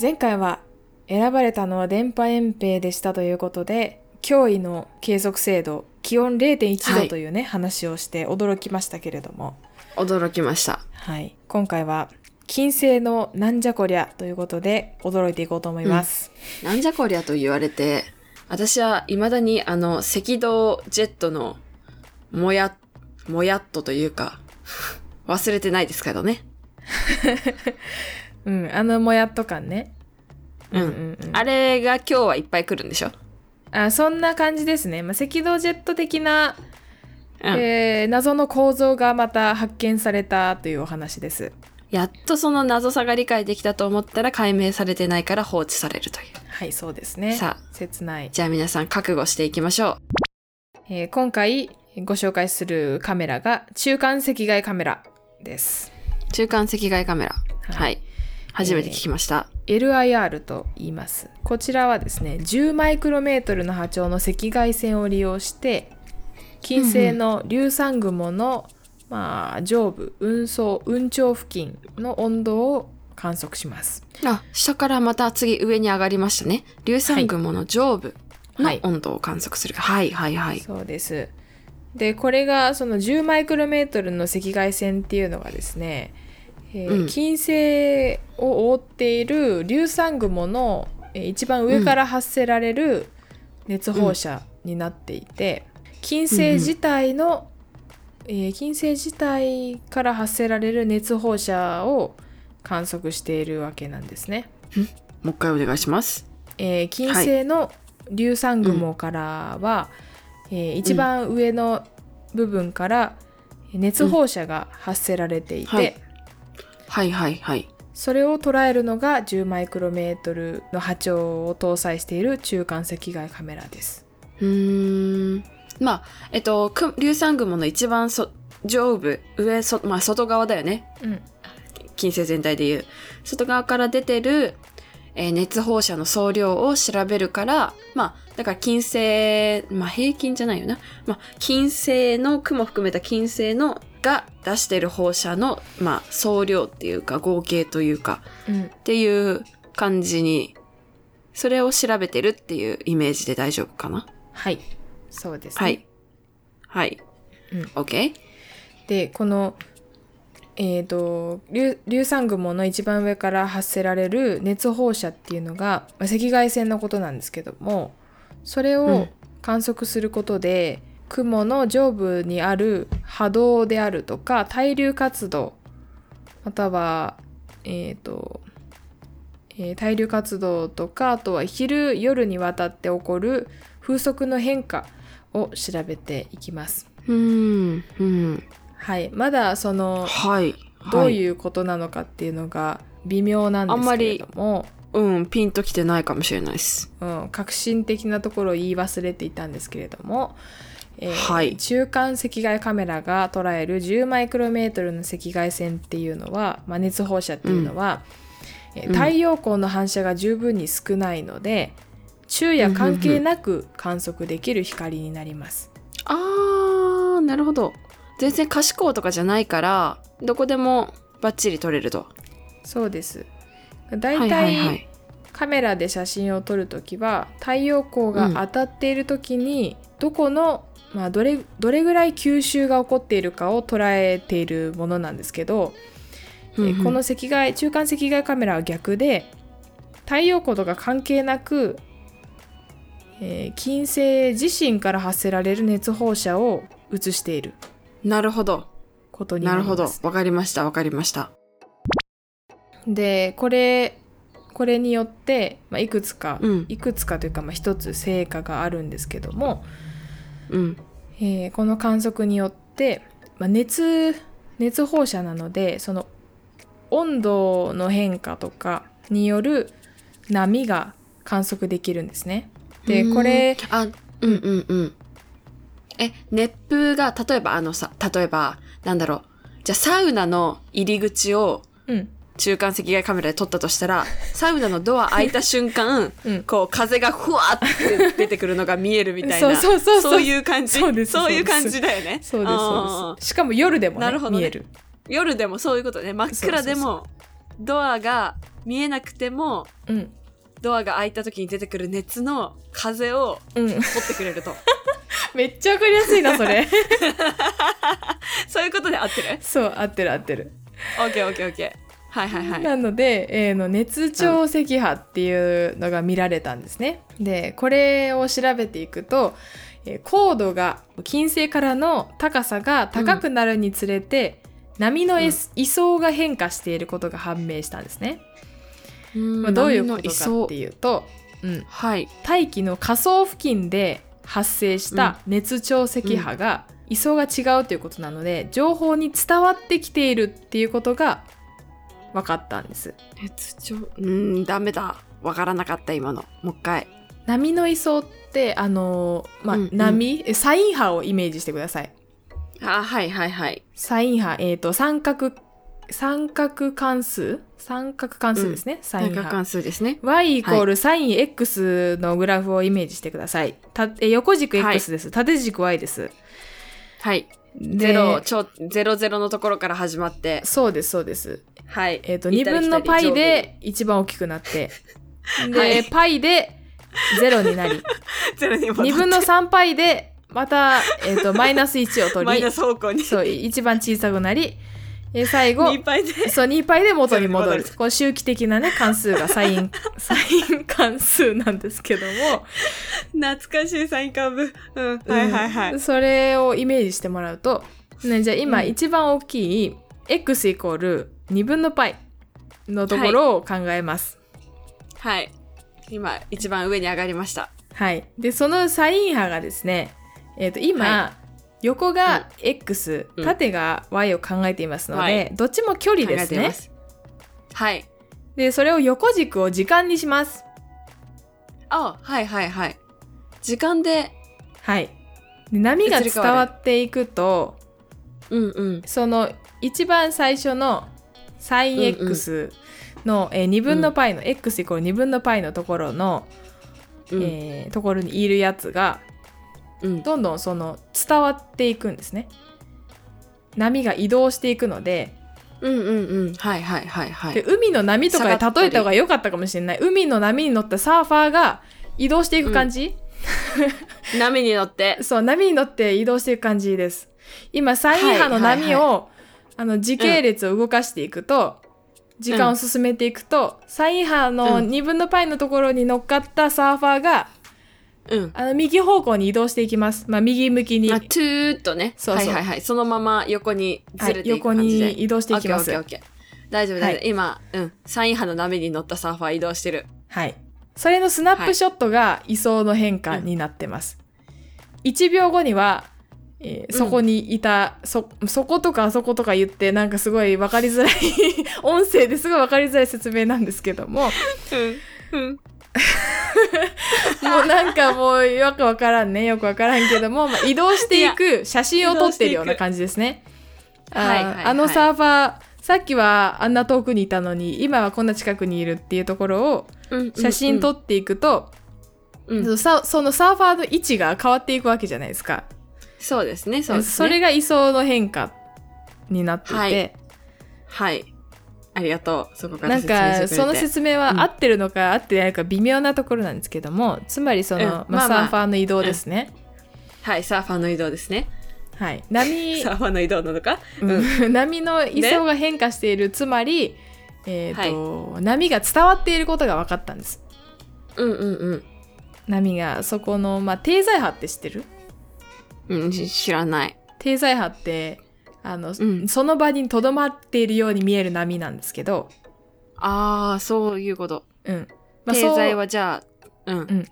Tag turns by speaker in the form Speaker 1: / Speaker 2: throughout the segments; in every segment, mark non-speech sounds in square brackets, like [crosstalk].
Speaker 1: 前回は選ばれたのは電波遠平でしたということで、驚異の継続精度、気温0.1
Speaker 2: は
Speaker 1: 度
Speaker 2: い
Speaker 1: というね、話をして驚きましたけれども、
Speaker 2: 驚きました。
Speaker 1: はい。今回は、金星のなんじゃこりゃということで、驚いていこうと思います。
Speaker 2: なんじゃこりゃと言われて、私は未だにあの赤道ジェットのもや、もやっとというか、忘れてないですけどね。
Speaker 1: うん、あのもやっと感ね。
Speaker 2: うん
Speaker 1: うん
Speaker 2: あれが今日はいっぱい来るんでしょ
Speaker 1: あそんな感じですね、まあ、赤道ジェット的な、
Speaker 2: うん。
Speaker 1: えー謎の構造がまた発見されたというお話です
Speaker 2: やっとその謎さが理解できたと思ったら解明されてないから放置されるという。
Speaker 1: はいそうですね
Speaker 2: さ
Speaker 1: 切ない、
Speaker 2: じゃあ皆さん覚悟していきましょ
Speaker 1: えー今回ご紹介するカメラが中間赤外カメラです、、
Speaker 2: う。中間赤外カメラ。はいい。初めて聞きました。
Speaker 1: LIR と言いますこちらはですね10マイクロメートルの波長の赤外線を利用して金星の硫酸雲の、まあ、上部運送雲頂付近の温度を観測します
Speaker 2: あ、下からまた次上に上がりましたね。硫酸雲の上部の
Speaker 1: はい
Speaker 2: 温度を観測する。はい、はい、はい。
Speaker 1: そうです。でこれがその10マイクロメートルの赤外線っていうのがですね、えー
Speaker 2: うん
Speaker 1: 金星を覆っている硫酸雲のえー一番上から発せられる熱放射になっていて、金星自体の、えー金星自体から発せられる熱放射を観測しているわけなんですね。
Speaker 2: もう一回お願いします。
Speaker 1: えー金星の硫酸雲からは、えー一番上の部分から熱放射が発せられていて、
Speaker 2: うんはいはい、はい、はい。
Speaker 1: それを捉えるのが10マイクロメートルの波長を搭載している中間赤外カメラです。
Speaker 2: うーん。まあ、えっと、く硫酸雲の一番そ上部、上、そまあ、外側だよね。
Speaker 1: うん、
Speaker 2: 金星全体でいう。外側から出てる、えー熱放射の総量を調べるから、まあ、だから金星、まあ平均じゃないよな。まあ、金星の、雲含めた金星の、が出してる放射の、まあ、総量っていうか、合計というか、
Speaker 1: うん、
Speaker 2: っていう感じに、それを調べてるっていうイメージで大丈夫かな
Speaker 1: はいそうですね、
Speaker 2: はい。はい。
Speaker 1: うん
Speaker 2: OK?
Speaker 1: でこのえー、と硫硫酸雲の一番上から発せられる熱放射っていうのがまあ赤外線のことなんですけどもそれ
Speaker 2: う
Speaker 1: を
Speaker 2: ん
Speaker 1: 観測することで、雲の上部にある波動であるとか対流活動または、えーとえー対流活動とかあとは昼夜にわたって起こる風速の変化を調べていきます。
Speaker 2: うーん。うん。
Speaker 1: はい、まだその
Speaker 2: はい。
Speaker 1: どう
Speaker 2: う、
Speaker 1: いうことなのかっていうのが微妙なんですけれども、
Speaker 2: うん、ピンときてないかもしれないです。
Speaker 1: うん、革新的なところを言い忘れていたんですけれども、えー
Speaker 2: はい
Speaker 1: 中間赤外カメラが捉える10マイクロメートルの赤外線っていうのは、まあ、熱放射っていうのは、えー
Speaker 2: うん
Speaker 1: 太陽光の反射が十分に少ないので昼夜関係なく観測できる光になります。
Speaker 2: あーなるほど全然可視光とかじゃないからどこでもバッチリ撮れると
Speaker 1: そうですだ
Speaker 2: はいい
Speaker 1: た
Speaker 2: はいはいい
Speaker 1: カメラで写真を撮るときは太陽光が当たっているときに、どこの、まあ、どれどれぐらい吸収が起こっているかを捉えているものなんですけど、
Speaker 2: うん
Speaker 1: え
Speaker 2: うん
Speaker 1: この赤外中間赤外カメラは逆で太陽光とか関係なく、えー金星自身から発せられる熱放射を映している
Speaker 2: なるほど
Speaker 1: ことにな
Speaker 2: な
Speaker 1: り
Speaker 2: る
Speaker 1: ます。
Speaker 2: ほどわかりましたわかりました
Speaker 1: でこれこれによって、まあ、いくつか、
Speaker 2: うん
Speaker 1: いくつかというか、まあ、一つ成果があるんですけども、
Speaker 2: うん
Speaker 1: えーこの観測によって、まあ、熱熱放射なのでその温度の変化とかによる波が観測できるんですね。で
Speaker 2: うん
Speaker 1: これ
Speaker 2: あうんうんうんえ熱風が例えばあのさ例えばなんだろうじゃあサウナの入り口を
Speaker 1: うん
Speaker 2: 中間赤外カメラで撮ったとし
Speaker 1: [laughs]
Speaker 2: たらサウナのドア開いた瞬間
Speaker 1: うん
Speaker 2: こう風がふわって出てくるのが見えるみたい
Speaker 1: そう
Speaker 2: な
Speaker 1: そうそうそう
Speaker 2: そういう感じ
Speaker 1: そうです
Speaker 2: そういう
Speaker 1: そう
Speaker 2: 感
Speaker 1: です
Speaker 2: じだよね
Speaker 1: そうです
Speaker 2: あ
Speaker 1: そう
Speaker 2: ー
Speaker 1: です。しかも夜でも、ね
Speaker 2: なるほどね
Speaker 1: 見える。
Speaker 2: 夜でもそういうことね真っ暗でもドアが見えなくても、
Speaker 1: うん
Speaker 2: ドアが開いた時に出てくる熱の風を
Speaker 1: うん [laughs]
Speaker 2: 取ってくれると。
Speaker 1: めっちゃわかりやすいなそ
Speaker 2: [laughs]
Speaker 1: れ
Speaker 2: そういうことで合ってる
Speaker 1: そう合ってる合ってる、
Speaker 2: オッケーオッケーオッケー。はいはいはい。
Speaker 1: なので、えーの熱調石波っていうのが見られたんですねでこれを調べていくと、えー高度が金星からの高さが高くなるにつれて、波のえす位相が変化していることが判明したんですね、まあ、どういうことかって
Speaker 2: う。
Speaker 1: いうと、うん、
Speaker 2: はい。
Speaker 1: 大気の下層付近で発生した熱調石波が位相が違うということなので情報に伝わってきているっていうことが分かったんです
Speaker 2: 熱調。うーん、ダメだ。わからなかった今の。もう一回。
Speaker 1: 波の位相ってあのーまあ、
Speaker 2: うんうん
Speaker 1: 波えサイン波をイメージしてください
Speaker 2: あ、はいはいはい。
Speaker 1: サイン波えっ、と三角三角関数三角関数ですね、サイ
Speaker 2: 三
Speaker 1: ン
Speaker 2: 角
Speaker 1: 波
Speaker 2: 関数ですね。
Speaker 1: y イコールサイン x のグラフをイメージしてください。たえ横軸 x です、縦軸 y です。
Speaker 2: はい。
Speaker 1: で
Speaker 2: ゼロ、ちょ、ゼロゼロのところから始まって。
Speaker 1: そうですそうです。
Speaker 2: はい。
Speaker 1: えっ、と、
Speaker 2: 行
Speaker 1: 2
Speaker 2: ったり
Speaker 1: 分の
Speaker 2: 来たり
Speaker 1: π で一番大きくなって、で、
Speaker 2: はい
Speaker 1: π で0にな
Speaker 2: [laughs]
Speaker 1: り、
Speaker 2: 上下にゼロに戻って
Speaker 1: 2分の 3π でまた、えっ、と、マイナス1を取
Speaker 2: マイ
Speaker 1: り
Speaker 2: ナ、ス方向に。
Speaker 1: そう、一番小さくなり、えー最後、
Speaker 2: 2倍で。
Speaker 1: そう、2π で元に戻
Speaker 2: 元に
Speaker 1: る
Speaker 2: 戻。
Speaker 1: こう、周期的なね、関数
Speaker 2: [laughs]
Speaker 1: がサイン、サイン関数なんですけども、
Speaker 2: 懐かしいサインカーブ。うん。はいはいは
Speaker 1: う
Speaker 2: い
Speaker 1: ん。それをイメージしてもらうと、ね、じゃあ今
Speaker 2: うん
Speaker 1: 一番大きい x イコール2分の π のところを考えます。
Speaker 2: はい。今、一番上に上がりました。
Speaker 1: はい。で、そのサイン波がですね、えっ、と、今、
Speaker 2: は
Speaker 1: 横が X、
Speaker 2: うん
Speaker 1: 縦が Y を考えていますので、
Speaker 2: はい
Speaker 1: どっちも距離で
Speaker 2: 考え
Speaker 1: す
Speaker 2: ていま
Speaker 1: ね。
Speaker 2: す。はい。
Speaker 1: で、それを横軸を時間にします。
Speaker 2: あ、はいはいはい。時間で、
Speaker 1: はい。で波が
Speaker 2: 移り
Speaker 1: 伝
Speaker 2: 変わる
Speaker 1: わっていくと、
Speaker 2: うんうん。
Speaker 1: その一番最初のサイン X の、えー2分の π の x イコール2分の π のところの、
Speaker 2: うん
Speaker 1: えーところにいるやつが
Speaker 2: うん。
Speaker 1: どんどんその伝わっていくんですね波が移動していくので
Speaker 2: うんうんうん。はいはいはいは
Speaker 1: で
Speaker 2: い。
Speaker 1: 海の波とか
Speaker 2: 下がっ
Speaker 1: で
Speaker 2: た
Speaker 1: 例え
Speaker 2: り
Speaker 1: た方が良かったかもしれない海の波に乗ったサーファーが移動していく感じ、
Speaker 2: 波に乗って。
Speaker 1: そう波に乗って移動していく感じです今サイン波の波を、
Speaker 2: はい
Speaker 1: あの時系列を動かしていくと、時間を進めていくと、サイン波の
Speaker 2: うん
Speaker 1: 2分の π のところに乗っかったサーファーが
Speaker 2: うん。
Speaker 1: あの右方向に移動していきます、まあ、右向きに、
Speaker 2: あ、トゥーっとね。
Speaker 1: そうそう
Speaker 2: はいはいはい。そのまま横にず
Speaker 1: は
Speaker 2: れ
Speaker 1: い
Speaker 2: ていく
Speaker 1: 横
Speaker 2: 感じで。
Speaker 1: に移動していきます
Speaker 2: オッケーオッケーオッケー。大丈夫大丈夫。今、うん。サイン波の波に乗ったサーファー移動してる。
Speaker 1: はい。それのスナップショットが位相の変化になってます。1秒後には、えー
Speaker 2: うん
Speaker 1: そこにいた、そ、そことかあそことか言って、なんかすごい分かりづらい、 [laughs] 音声ですごい分かりづらい説明なんですけど
Speaker 2: [laughs]
Speaker 1: も、も
Speaker 2: うん。うん。
Speaker 1: うなんかもうよく分からんね、よく分からんけども、まあ、移動していく写真を撮ってるような感じですね。あー
Speaker 2: はいはいはい
Speaker 1: あのサーファー、さっきはあんな遠くにいたのに、今はこんな近くにいるっていうところを
Speaker 2: うん
Speaker 1: 写真撮
Speaker 2: っ
Speaker 1: っていくと、
Speaker 2: うんうん
Speaker 1: さそのサーファーの位置が変わっていくわけじゃないですか
Speaker 2: そうですね、そうですね。
Speaker 1: れが位相の変化になっていて、
Speaker 2: はいはい。ありがとう。そこか
Speaker 1: な
Speaker 2: ら
Speaker 1: ん
Speaker 2: 説明してく
Speaker 1: か
Speaker 2: れて。
Speaker 1: その説明
Speaker 2: うん
Speaker 1: は合ってるのか合ってないか微妙なところなんですけどもつまりその、
Speaker 2: うん
Speaker 1: まあ
Speaker 2: まあまあ
Speaker 1: サーファーの移動ですね、
Speaker 2: はい、サーファーの移動ですね。
Speaker 1: はい波
Speaker 2: [laughs] サーファーの移動なのか [laughs]
Speaker 1: うん波の位相が変化している、つまり、えーと波が伝わっていることが分かったんです
Speaker 2: うんうんうん。
Speaker 1: 波がそこの、まあ、低材波って知ってる
Speaker 2: うん、し知らない。
Speaker 1: 低材波ってあの、
Speaker 2: うん
Speaker 1: その場にとどまっているように見える波なんですけど、
Speaker 2: ああ、そういうこと。
Speaker 1: うん。まあ、
Speaker 2: 経
Speaker 1: そう
Speaker 2: 済はじゃあ、うん。
Speaker 1: ん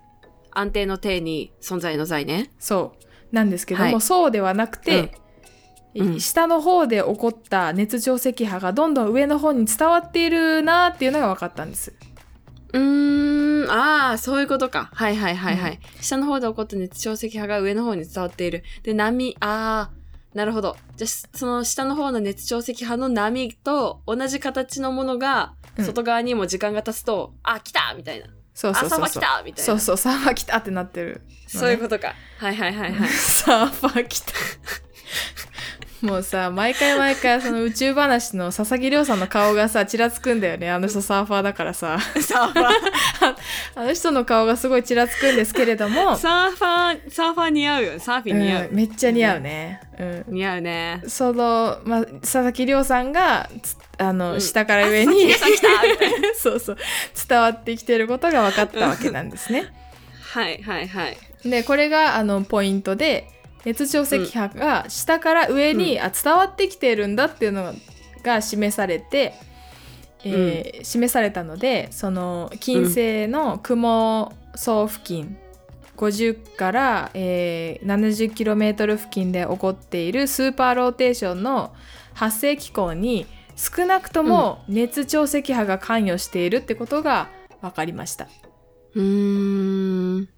Speaker 2: 安定の定に存在の在ね。
Speaker 1: そうなんですけども、
Speaker 2: はい
Speaker 1: そうではなくて、
Speaker 2: うんうん
Speaker 1: 下の方で起こった熱調石波がどんどん上の方に伝わっているなっていうのが分かったんです。
Speaker 2: うーん、ああ、そういうことか。はいはいはいはい。下の方で起こった熱潮石波が上の方に伝わっている。で、波、ああ、なるほど。じゃあ、しその下の方の熱潮石波の波と同じ形のものが、
Speaker 1: うん
Speaker 2: 外側にも時間が経つと、あ、来たみたいな。
Speaker 1: そうそ
Speaker 2: あ、
Speaker 1: う
Speaker 2: サー
Speaker 1: そ
Speaker 2: フ
Speaker 1: うそう。
Speaker 2: ァー来たみたいな。
Speaker 1: そうそう、サーファー来たってなってる。 [laughs]。
Speaker 2: そういうことか。はいはいはいはい
Speaker 1: サーファー来た。 [laughs] もうさ毎回毎回その宇宙話の佐々木亮さんの顔がさちらつくんだよねあの人サーファーだからさ [laughs]
Speaker 2: サーファ
Speaker 1: あの人の顔がすごいちらつくんですけれども
Speaker 2: ー、 [laughs] サーファー、サーファー似合うよ。サーフィン似合う。
Speaker 1: うんめっちゃ似合うね、うん、
Speaker 2: 似合うね。
Speaker 1: その、まあ、佐々木亮さんがつあの、
Speaker 2: うん
Speaker 1: 下から上に
Speaker 2: あ佐々木亮さん来た
Speaker 1: [laughs]
Speaker 2: み
Speaker 1: そうそう伝わってきてることが分かったわけなんですね。
Speaker 2: はいはい
Speaker 1: [laughs]
Speaker 2: はい。
Speaker 1: でこれがあのポイントで熱調石波が下から上に、あ伝わってきてるんだっていうのが示されて、えー示されたのでその金星の雲層付近50から、えー、70km 付近で起こっているスーパーローテーションの発生機構に少なくとも熱調石波が関与しているってことが分かりました。
Speaker 2: うーん。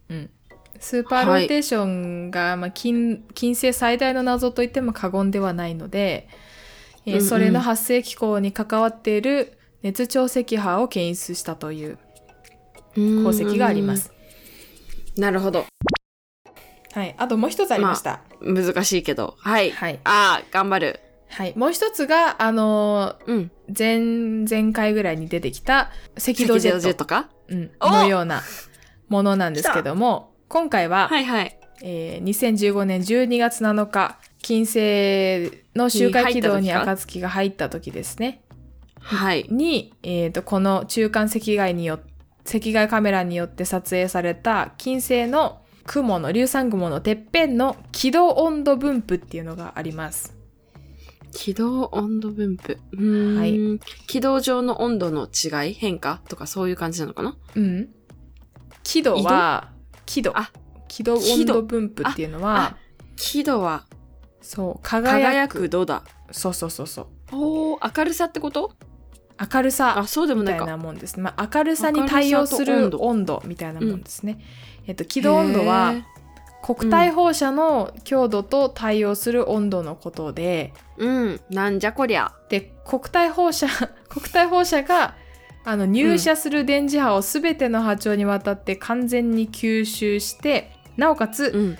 Speaker 1: スーパーローテーションが、まあ、金金星最大の謎といっても過言ではないので、えー
Speaker 2: うんうん
Speaker 1: それの発生機構に関わっている熱調石波を検出したという功
Speaker 2: 功
Speaker 1: 績がありま。す。
Speaker 2: なるほど。
Speaker 1: はい、あともう一つありました。
Speaker 2: 難しいけど。はい。
Speaker 1: はい、
Speaker 2: ああ、頑張る。
Speaker 1: はい、もう一つがあの
Speaker 2: うん。
Speaker 1: ー前前回ぐらいに出てきた赤道ジェット
Speaker 2: とか
Speaker 1: うん
Speaker 2: お
Speaker 1: のようなものなんですけども今回は、
Speaker 2: はいはい。
Speaker 1: えー2015年12月7日金星の周回軌道に暁が入った時ですね
Speaker 2: はい。
Speaker 1: に、えー、とこの中間赤外によ赤外カメラによって撮影された金星の雲の硫酸雲のてっぺんの軌道温度分布っていうのがあります。
Speaker 2: 軌道温度分布。うーん
Speaker 1: はい
Speaker 2: 軌道上の温度の違い、変化とかそういう感じなのかな
Speaker 1: うん、軌道は軌道
Speaker 2: あ
Speaker 1: 軌道温度分布っていうのは
Speaker 2: あ軌度は
Speaker 1: そう輝
Speaker 2: 輝
Speaker 1: く
Speaker 2: く度だ。
Speaker 1: そうそうそうそう
Speaker 2: おー、明るさってこと
Speaker 1: 明るさ
Speaker 2: あ、そうでも
Speaker 1: み
Speaker 2: な
Speaker 1: たい
Speaker 2: いか
Speaker 1: な。もんですね、まあ、明るさに対応する
Speaker 2: 明るさと温度
Speaker 1: 温度みたいなもんですね、えっと、軌道温度は
Speaker 2: へー、
Speaker 1: 国体放射の強度と対応する温度のことで、
Speaker 2: うん、なんじゃこりゃ。
Speaker 1: で国体放射 [laughs] 国体放射があの入射する電磁波を全ての波長にわたって完全に吸収してなおかつ、
Speaker 2: ん。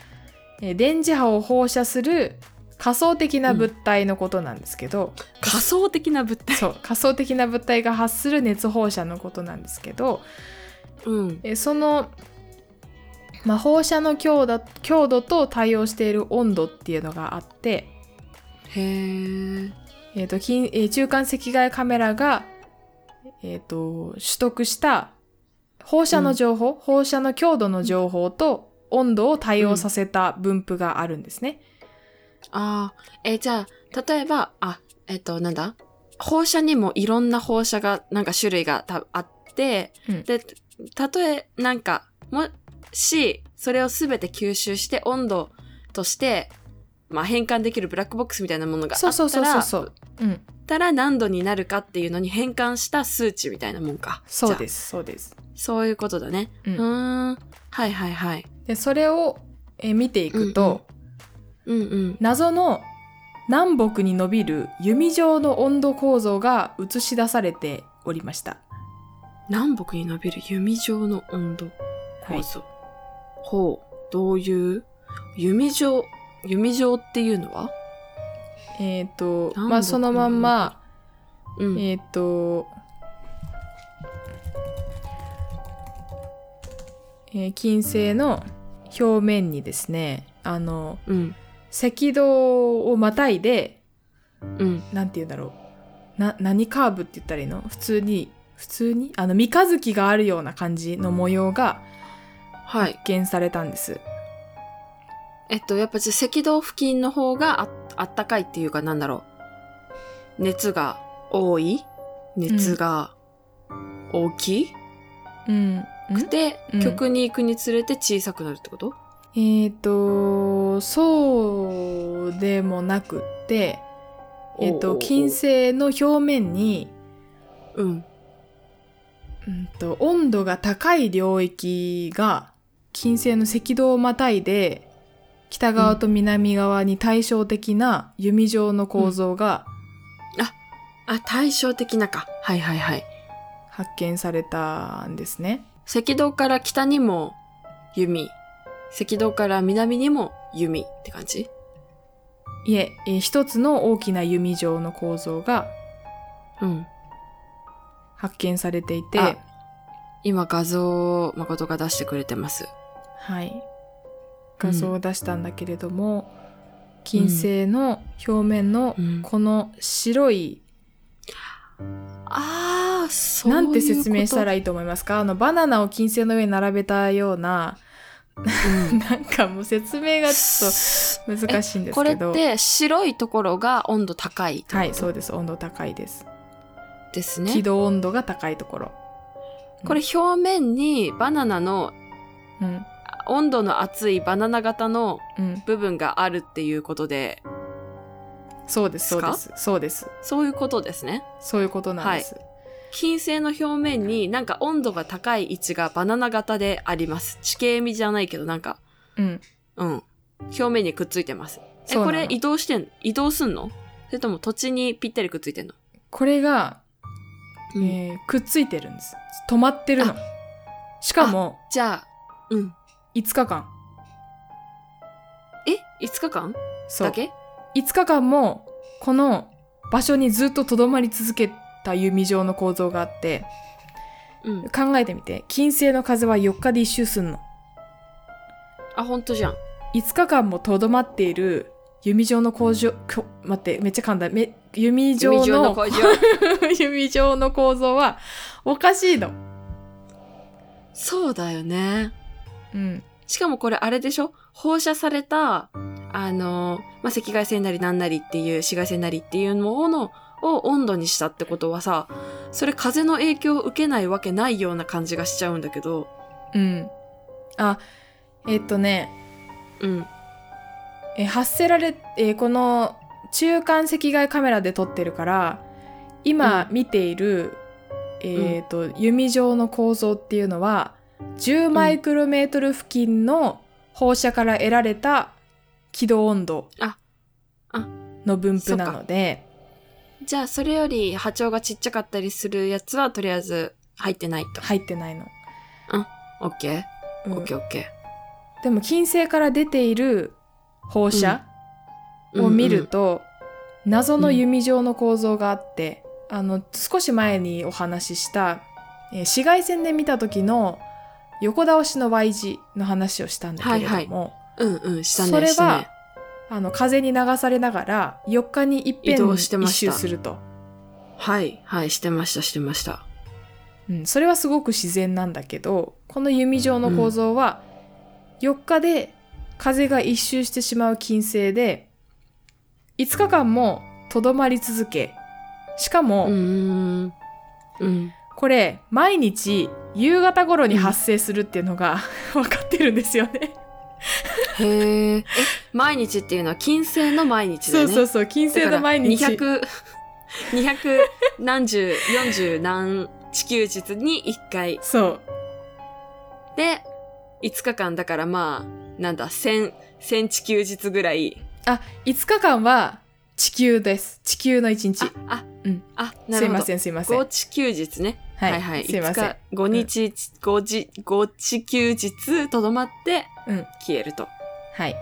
Speaker 1: えー電磁波を放射する仮想的な物体のことなんですけど、
Speaker 2: 仮想的な物体。
Speaker 1: そう仮想的な物体が発する熱放射のことなんですけど、
Speaker 2: うん。
Speaker 1: えーその、まあ、放射の強度強度と対応している温度っていうのがあって、
Speaker 2: へー。
Speaker 1: えーと近えー中間赤外カメラが、えー、と取得した放射の情報、放射の強度の情報と温度を対応させた分布があるんですね。
Speaker 2: ああ、えーじゃあ、例えば、あ、えっ、と、なんだ放射にもいろんな放射が、なんか種類がたあって、
Speaker 1: うん
Speaker 2: で、たとえ、なんか、もし、それをすべて吸収して温度として、まあ、変換できるブラックボックスみたいなものがあった
Speaker 1: そう
Speaker 2: ら、
Speaker 1: そうそうそうそう。うん、
Speaker 2: たら何度になるかっていうのに変換した数値みたいなもんか。。
Speaker 1: そうですすそうです。
Speaker 2: そういうことだね。
Speaker 1: うん
Speaker 2: うーん。はいはいはい。
Speaker 1: でそれを、えー見ていくと、
Speaker 2: うんうんうんうん。
Speaker 1: 謎の南北に伸びる弓状の温度構造が映し出されておりました。
Speaker 2: 南北に伸びる弓状の温度。
Speaker 1: はい
Speaker 2: 構、造。ほう。どういう弓状、弓状っていうのは
Speaker 1: えっ、と、
Speaker 2: 南北
Speaker 1: まあそのまんま、
Speaker 2: うん。
Speaker 1: えっ、と、えー金星の表面にですね、あの、
Speaker 2: うん。
Speaker 1: 赤道をまたいで、
Speaker 2: うん。
Speaker 1: なんて言うんだろう。な、何カーブって言ったらいいの普通に、普通にあの、三日月があるような感じの模様が
Speaker 2: はい。
Speaker 1: 発見されたんです。
Speaker 2: えっと、やっぱじゃあ赤道付近の方がああったかいっていうかなんだろう。熱が多い熱が大き
Speaker 1: うん。ん
Speaker 2: くて、
Speaker 1: うん
Speaker 2: 極に行くにつれて小さくなるってこと
Speaker 1: えっ、と、そうでもなくって、えっ、
Speaker 2: おうおうお
Speaker 1: と、
Speaker 2: う
Speaker 1: 金星の表面に、
Speaker 2: うん。
Speaker 1: うんと、温度が高い領域が、金星の赤道をまたいで、北側と南側に対照的な弓状の構造が
Speaker 2: あ、対照的なか。はいはいはい。
Speaker 1: 発見されたんですね。
Speaker 2: 赤道から北にも弓。赤道から南にも弓って感じ
Speaker 1: いええー一つの大きな弓状の構造が
Speaker 2: うん。
Speaker 1: 発見されていて、
Speaker 2: あ今画像を誠が出してくれてます。
Speaker 1: はい、画像を出したんだけれども、金星の表面の
Speaker 2: うん
Speaker 1: この白い、
Speaker 2: ああ、そうい
Speaker 1: な
Speaker 2: うこと。
Speaker 1: んて説明したらいいと思いますかあのバナナを金星の上に並べたような [laughs]
Speaker 2: うん
Speaker 1: なんかもう説明がちょっと難しいんです
Speaker 2: [laughs] これ
Speaker 1: け
Speaker 2: っ
Speaker 1: ど
Speaker 2: て白いところが温度高い
Speaker 1: はいそうです温度高いです、
Speaker 2: ですね
Speaker 1: 軌。道温度が高いところ
Speaker 2: これ表面にバナナの
Speaker 1: うん
Speaker 2: 温度の熱いバナナ型の
Speaker 1: うん
Speaker 2: 部分があるっていうことで、
Speaker 1: そうですそうですそうです
Speaker 2: そういうことですね。
Speaker 1: そういうことなんです、
Speaker 2: 金星の表面になんか温度が高い位置がバナナ型であります。地形味じゃないけどなんか、
Speaker 1: うん
Speaker 2: うん。表面にくっついてます。え、
Speaker 1: そうな
Speaker 2: こ
Speaker 1: の
Speaker 2: れ移動してん、移動すんのそれとも土地にぴったりくっついてんの、
Speaker 1: これが、
Speaker 2: えー
Speaker 1: えーくっついてるんです止まってるのしかも
Speaker 2: じゃあ、うん。
Speaker 1: 5日間
Speaker 2: え ?5 日間
Speaker 1: そ
Speaker 2: だ
Speaker 1: う
Speaker 2: け
Speaker 1: 5日間もこの場所にずっととどまり続けた弓状の構造があって
Speaker 2: うん。
Speaker 1: 考えてみて金星の風は4日で一周すんの
Speaker 2: あ、ほんとじゃん。
Speaker 1: 5日間もとどまっている弓状の構造こ待ってめっちゃ噛んだめ弓状
Speaker 2: 海上
Speaker 1: の
Speaker 2: 工場
Speaker 1: [laughs] 弓状の構造はおかしいの、
Speaker 2: そうだよね。
Speaker 1: うん、
Speaker 2: しかもこれあれでしょ放射された、あの、まあ、赤外線なりなんなりっていう、紫外線なりっていうものを温度にしたってことはさ、それ風の影響を受けないわけないような感じがしちゃうんだけど、
Speaker 1: うん。あ、えっとね、
Speaker 2: うん。
Speaker 1: え発せられ、えーこの中間赤外カメラで撮ってるから、今見ている、えっと、弓状の構造っていうのは、10マイクロメートル付近の放射から得られた軌道温度
Speaker 2: ああ
Speaker 1: の分布なので、
Speaker 2: じゃあそれより波長がちっちゃかったりするやつはとりあえず入ってないと。
Speaker 1: 入ってないの。
Speaker 2: オッケー
Speaker 1: うん
Speaker 2: オッケーオッケ
Speaker 1: でも金星から出ている放射、
Speaker 2: ー。
Speaker 1: を見ると、謎の弓状の構造があって、あの少し前にお話しした、えー紫外線で見た時の横倒しの Y 字の話をしたんだけれども、
Speaker 2: はいうん、うんうん、したね。
Speaker 1: それ
Speaker 2: した
Speaker 1: は、
Speaker 2: ね
Speaker 1: あの風に流されながら4日に一遍
Speaker 2: 移動してま
Speaker 1: 一
Speaker 2: した
Speaker 1: 周すると、
Speaker 2: はい、はい、してました、してました。
Speaker 1: うん、それはすごく自然なんだけどこの弓状の構造は4日で風が一周してしまう金星で5日間もとどまり続けしかも、
Speaker 2: うーん。うん。
Speaker 1: これ毎日夕方頃に発生するっていうのが [laughs] 分かってるんですよね。
Speaker 2: へーえ、毎日っていうのは金星の毎日だ
Speaker 1: そ
Speaker 2: よ
Speaker 1: う
Speaker 2: ね。
Speaker 1: そうそう金星の毎日
Speaker 2: だから200、200何十、40何地球日に1回。
Speaker 1: そう
Speaker 2: で、5日間だからまあ、なんだ、1000、1000地球日ぐらい。
Speaker 1: 5日間は地球です地球の一日
Speaker 2: あ、あ、
Speaker 1: うん
Speaker 2: あ、な
Speaker 1: す
Speaker 2: る
Speaker 1: い
Speaker 2: ほ
Speaker 1: ま
Speaker 2: ど。
Speaker 1: せんすいません
Speaker 2: 5地球日ね。
Speaker 1: はい、
Speaker 2: はいはい。
Speaker 1: すいません
Speaker 2: 5日、5日、5時、5地球日とどまって
Speaker 1: うん
Speaker 2: 消えると。
Speaker 1: はい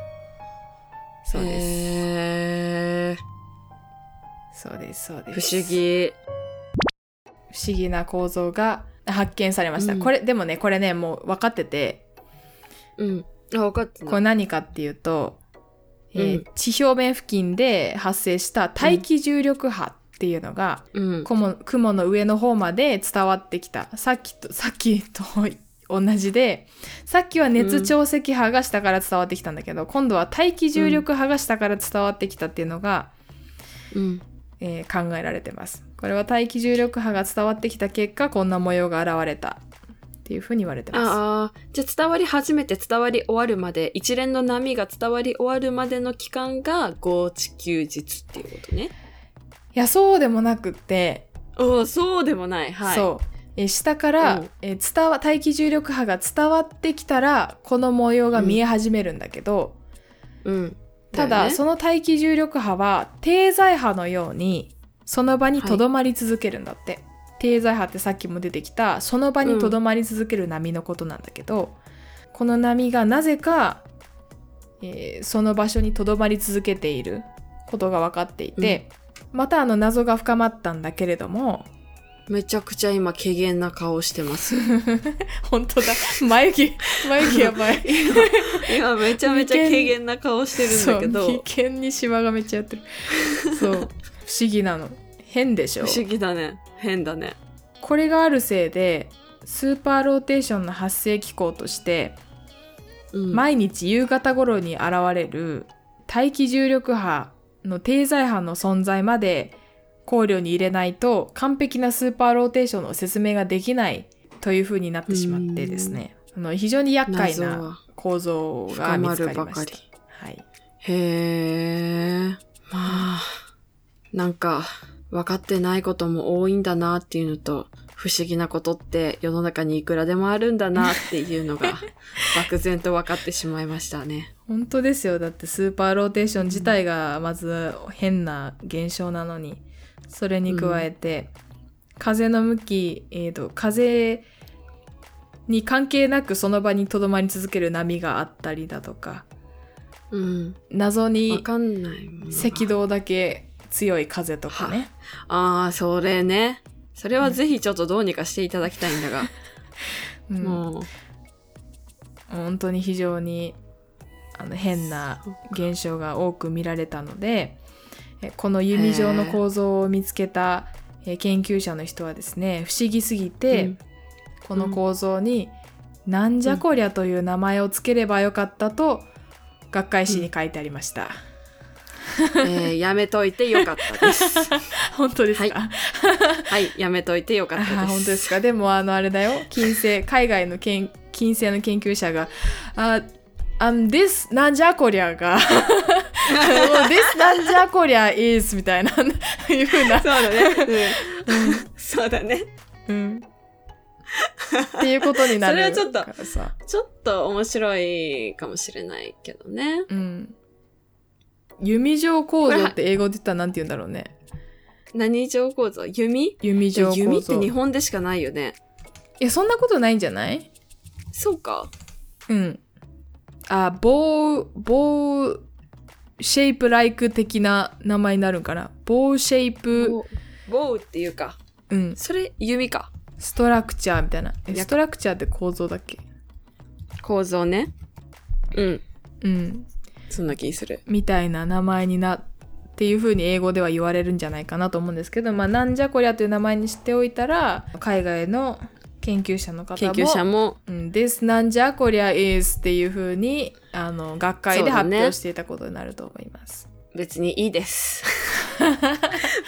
Speaker 1: そうです
Speaker 2: へー
Speaker 1: そうですそうで
Speaker 2: 不
Speaker 1: す
Speaker 2: 思議。
Speaker 1: 不思議な構造が発見されました、
Speaker 2: うん
Speaker 1: これでもねこれねもう分かってて
Speaker 2: うん。あ、分かって
Speaker 1: これ何かっていうと、えー
Speaker 2: うん
Speaker 1: 地表面付近で発生した大気重力波っていうのが、
Speaker 2: うん。
Speaker 1: 雲雲の上の方まで伝わってきたさっきとさっきと同じでさっきは熱潮汐波が下から伝わってきたんだけど、今度は大気重力波が下から伝わってきたっていうのが、
Speaker 2: うん。
Speaker 1: えー考えられてますこれは大気重力波が伝わってきた結果こんな模様が現れたっていうふうに言われてま
Speaker 2: ああ、じゃあ伝わり始めて伝わり終わるまで、一連の波が伝わり終わるまでの期間が5地球日っていうこと
Speaker 1: す
Speaker 2: ね。
Speaker 1: いやそうでもなくって、
Speaker 2: おお、そうでもない。はい。う。
Speaker 1: そう、えー下から、
Speaker 2: うん
Speaker 1: えー伝わ大気重力波が伝わってきたらこの模様が見え始めるんだけど、
Speaker 2: うん。
Speaker 1: ただ
Speaker 2: よね
Speaker 1: その大気重力波は低在波のようにその場にとどまり続けるんだって、低在波ってさっきも出てきたその場にとどまり続ける波のことなんだけど、この波がなぜか、えーその場所にとどまり続けていることが分かっていて、またあの謎が深まったんだけれども、
Speaker 2: めちゃくちゃ今、怪げな顔してます。
Speaker 1: 本当だ、眉毛、眉毛やばい。
Speaker 2: [laughs] 今、めちゃめちゃ
Speaker 1: 眉間
Speaker 2: 怪げな顔して [laughs] るんだけど、
Speaker 1: そう眉間にシワがめっちゃやってるそう不思議なの変でしょ
Speaker 2: 不思議だね。変だね。
Speaker 1: これがあるせいでスーパーローテーションの発生機構として、
Speaker 2: うん
Speaker 1: 毎日夕方頃に現れる大気重力波の低在波の存在まで考慮に入れないと完璧なスーパーローテーションの説明ができないという風になってしまってですねあの非常に厄介
Speaker 2: 謎
Speaker 1: な
Speaker 2: は
Speaker 1: 構造が
Speaker 2: 深
Speaker 1: 見
Speaker 2: ま
Speaker 1: つか
Speaker 2: る
Speaker 1: り
Speaker 2: ば
Speaker 1: ま
Speaker 2: か
Speaker 1: し
Speaker 2: り
Speaker 1: た。。はい
Speaker 2: へえ。まあ、なんか、分かってないことも多いんだなっていうのと、不思議なことって世の中にいくらでもあるんだなっていう
Speaker 1: [laughs]
Speaker 2: のが、漠然と分かってしまいましたね。
Speaker 1: 本当ですよだってスーパーローテーション自体がまず変な現象なのにそれに加えて、風の向き、えー、と風に関係なくその場にとどまり続ける波があったりだとか
Speaker 2: うん。
Speaker 1: 謎
Speaker 2: 分
Speaker 1: に
Speaker 2: かんないものが。
Speaker 1: 赤道だけ強い風とかね
Speaker 2: ああ、それね。それはぜひちょっとどうにかしていただきたいんだが、
Speaker 1: うん
Speaker 2: もう、
Speaker 1: 本当に非常にあの変な
Speaker 2: そうか
Speaker 1: 現象が多く見られたのでえこの弓状の構造を見つけたえ研究者の人はですね不思議すぎて、
Speaker 2: うん
Speaker 1: この構造に「なんじゃこりゃ」という名前をつければよかったと学会誌に書いてありました。
Speaker 2: えーやめといてよかったです。
Speaker 1: 本当ですか、
Speaker 2: はい、やめといてよか
Speaker 1: あ
Speaker 2: ったです。
Speaker 1: ー本当ですかでもあのあれだよ金星 [laughs] 海外のけん金星の研究者が「ああ this なんじゃこりゃ」 [laughs] が「this なんじゃこりゃ is」みたいな [laughs] いうふうな、
Speaker 2: そうだね。そうだね。
Speaker 1: うん、っていうことになる
Speaker 2: それはちょっと
Speaker 1: からさ、
Speaker 2: ちょっと面白いかもしれないけどね。
Speaker 1: うん、弓状構造って英語で言ったらなんて言うんだろうね
Speaker 2: 何状構造弓
Speaker 1: 弓
Speaker 2: じ
Speaker 1: 状
Speaker 2: ゃあ
Speaker 1: 構造
Speaker 2: 弓って日本でしかないよね。
Speaker 1: いやそんなことないんじゃない
Speaker 2: そうか。
Speaker 1: うん。あ、棒、棒、シェイプライク的な名前になるんかな。棒シェイプ、
Speaker 2: ボボウっていうか。
Speaker 1: うん、
Speaker 2: それ弓か。
Speaker 1: ストラクチャーみたいな。え
Speaker 2: いや
Speaker 1: ストラクチャーって構造だっけ
Speaker 2: 構造ね。うん。
Speaker 1: うん。
Speaker 2: そんな気する。
Speaker 1: みたいな名前になっていう風に英語では言われるんじゃないかなと思うんですけど、まあ、なんじゃこりゃという名前にしておいたら、海外の研究者の方
Speaker 2: 研
Speaker 1: も、
Speaker 2: 究者も。
Speaker 1: うん、This なんじゃこりゃ is っていう風に、あの、学会
Speaker 2: そ
Speaker 1: で
Speaker 2: うだ
Speaker 1: 発
Speaker 2: ね
Speaker 1: 表していたことになると思います。
Speaker 2: 別にいい
Speaker 1: [laughs]
Speaker 2: です。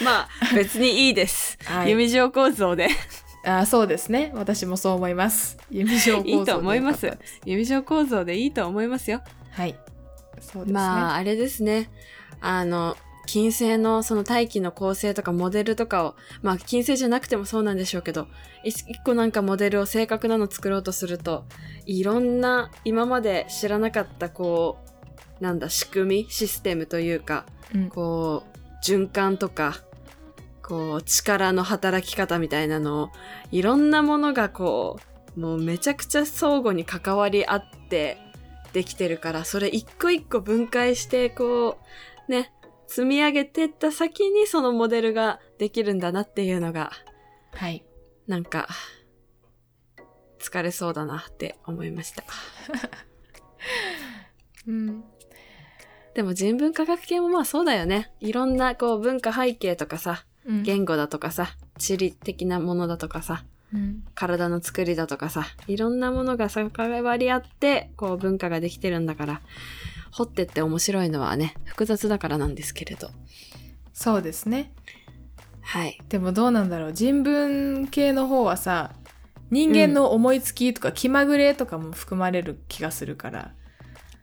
Speaker 2: まあ、別にいいです。
Speaker 1: はい
Speaker 2: 弓状構造で。
Speaker 1: あーそうですね私もそう思います弓状構造で
Speaker 2: いいと思います
Speaker 1: よかったです
Speaker 2: 弓状構造でいいと思いますよ。
Speaker 1: はいそうですね、
Speaker 2: まあ、あれですね。あの、金星のその大気の構成とかモデルとかを、まあ、金星じゃなくてもそうなんでしょうけど、一一個なんかモデルを正確なの作ろうとすると、いろんな今まで知らなかった、こう、なんだ、仕組み、システムというか、
Speaker 1: うん
Speaker 2: こう、循環とか、こう、力の働き方みたいなのを、いろんなものがこう、もうめちゃくちゃ相互に関わり合ってできてるから、それ一個一個分解して、こう、ね、積み上げてった先にそのモデルができるんだなっていうのが、
Speaker 1: はい
Speaker 2: なんか、疲れそうだなって思いました。
Speaker 1: うん
Speaker 2: でも人文科学系もまあそうだよね。いろんなこう文化背景とかさ、
Speaker 1: うん
Speaker 2: 言語だとかさ、地理的なものだとかさ、
Speaker 1: うん
Speaker 2: 体の作りだとかさ、いろんなものが関わり合って、こう文化ができてるんだから、掘ってって面白いのはね、複雑だからなんですけれど。
Speaker 1: そうですね
Speaker 2: はい。
Speaker 1: でもどうなんだろう人文系の方はさ人間の思いつきとか気まぐれとかも含まれる気がするから、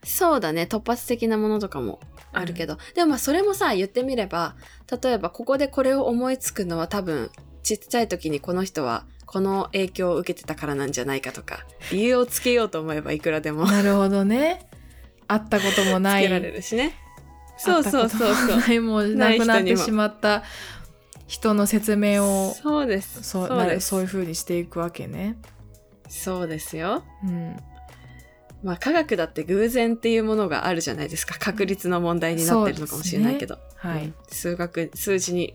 Speaker 2: そうだね、突発的なものとかもあるけど。でもまあそれもさ、言ってみれば、例えばここでこれを思いつくのは多分、ちっちゃい時にこの人は、この影響を受けてたからなんじゃないかとか、理由をつけようと思えばいくらでも
Speaker 1: なるほどね会ったことも
Speaker 2: つ
Speaker 1: ない
Speaker 2: けられるしね。そうそ
Speaker 1: 会
Speaker 2: うそう
Speaker 1: った
Speaker 2: そ
Speaker 1: ことも。
Speaker 2: う
Speaker 1: ないもう
Speaker 2: な
Speaker 1: 亡
Speaker 2: い
Speaker 1: く
Speaker 2: 人にも
Speaker 1: なってしまった人の説明を
Speaker 2: そうです。
Speaker 1: そう
Speaker 2: そう
Speaker 1: な
Speaker 2: です。
Speaker 1: そういう風にしていくわけね
Speaker 2: そうですよ。
Speaker 1: うん
Speaker 2: まあ科学だって偶然っていうものがあるじゃないですか。確率の問題になってるのかもしれないけど。
Speaker 1: はい、
Speaker 2: うん数学、数字に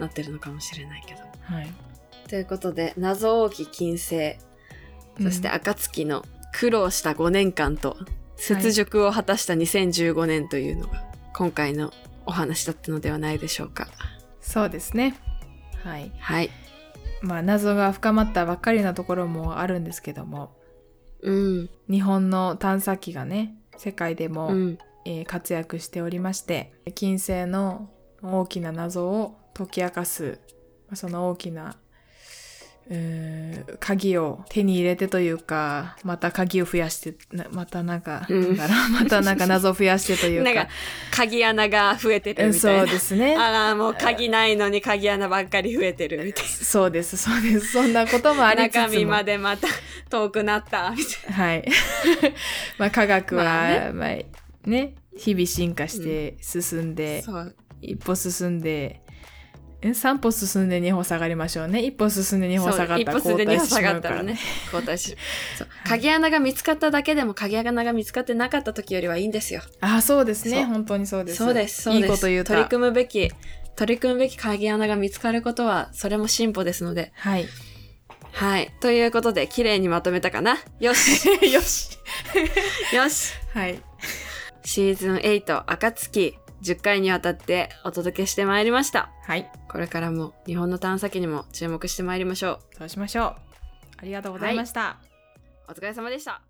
Speaker 2: なってるのかもしれないけど。
Speaker 1: はい、
Speaker 2: ということで、謎多き金星、
Speaker 1: うん
Speaker 2: そして暁の苦労した5年間と、雪辱を果たした2015年というのが、今回のお話だったのではないでしょうか。
Speaker 1: そうですねはい
Speaker 2: はい。
Speaker 1: まあ謎が深まったばっかりなところもあるんですけども
Speaker 2: うん。
Speaker 1: 日本の探査機がね世界でも、
Speaker 2: うん。
Speaker 1: えー活躍しておりまして金星の大きな謎を解き明かすまあその大きなうーん鍵を手に入れてというかまた鍵を増やしてなまたなんか、
Speaker 2: うん
Speaker 1: なんだろ
Speaker 2: [laughs]
Speaker 1: うまたなんか謎を増やしてという
Speaker 2: な
Speaker 1: か
Speaker 2: んか、鍵穴が増えて
Speaker 1: う
Speaker 2: る
Speaker 1: ん
Speaker 2: みたい
Speaker 1: そ
Speaker 2: な。
Speaker 1: うですね
Speaker 2: あら、もう鍵ないのに鍵穴ばっかり増えてるみたい
Speaker 1: そうですそうですそんなこと [laughs] もあ
Speaker 2: な。
Speaker 1: りつつも
Speaker 2: 中身までまた遠くなった、みたい
Speaker 1: はい [laughs] まあ科学は、
Speaker 2: ま
Speaker 1: ま
Speaker 2: あね
Speaker 1: あね日々進化して進んで
Speaker 2: な。、そう。
Speaker 1: 一歩進んでえ三歩進んで二歩下がりましょうね一歩進んで二歩下がっ
Speaker 2: そう一
Speaker 1: た
Speaker 2: 歩
Speaker 1: ら
Speaker 2: 進
Speaker 1: 後
Speaker 2: んで二
Speaker 1: 退
Speaker 2: 歩
Speaker 1: して
Speaker 2: 下
Speaker 1: しま
Speaker 2: が
Speaker 1: う
Speaker 2: っ
Speaker 1: か
Speaker 2: た
Speaker 1: ら
Speaker 2: ら
Speaker 1: ね
Speaker 2: ね。交代し。そう。鍵穴が見つかっただけでも鍵穴が見つかってなかった時よりはいいんですよ。
Speaker 1: あそうです
Speaker 2: そう
Speaker 1: ね本当にそうです
Speaker 2: そうです、そう
Speaker 1: い
Speaker 2: で
Speaker 1: い
Speaker 2: す。
Speaker 1: こと言うた
Speaker 2: 取り組むべき、取り組むべき鍵穴が見つかることは、それも進歩ですので。
Speaker 1: はい
Speaker 2: はい。ということで、綺麗にまとめたかな
Speaker 1: [laughs]
Speaker 2: よし
Speaker 1: よし
Speaker 2: よし
Speaker 1: はい
Speaker 2: シーズン8、暁、10回にわたってお届けしてまいりました。
Speaker 1: はい
Speaker 2: これからも日本の探査機にも注目してまいりましょ
Speaker 1: そうしましょうありがとうございました、
Speaker 2: う。お疲れ様でした。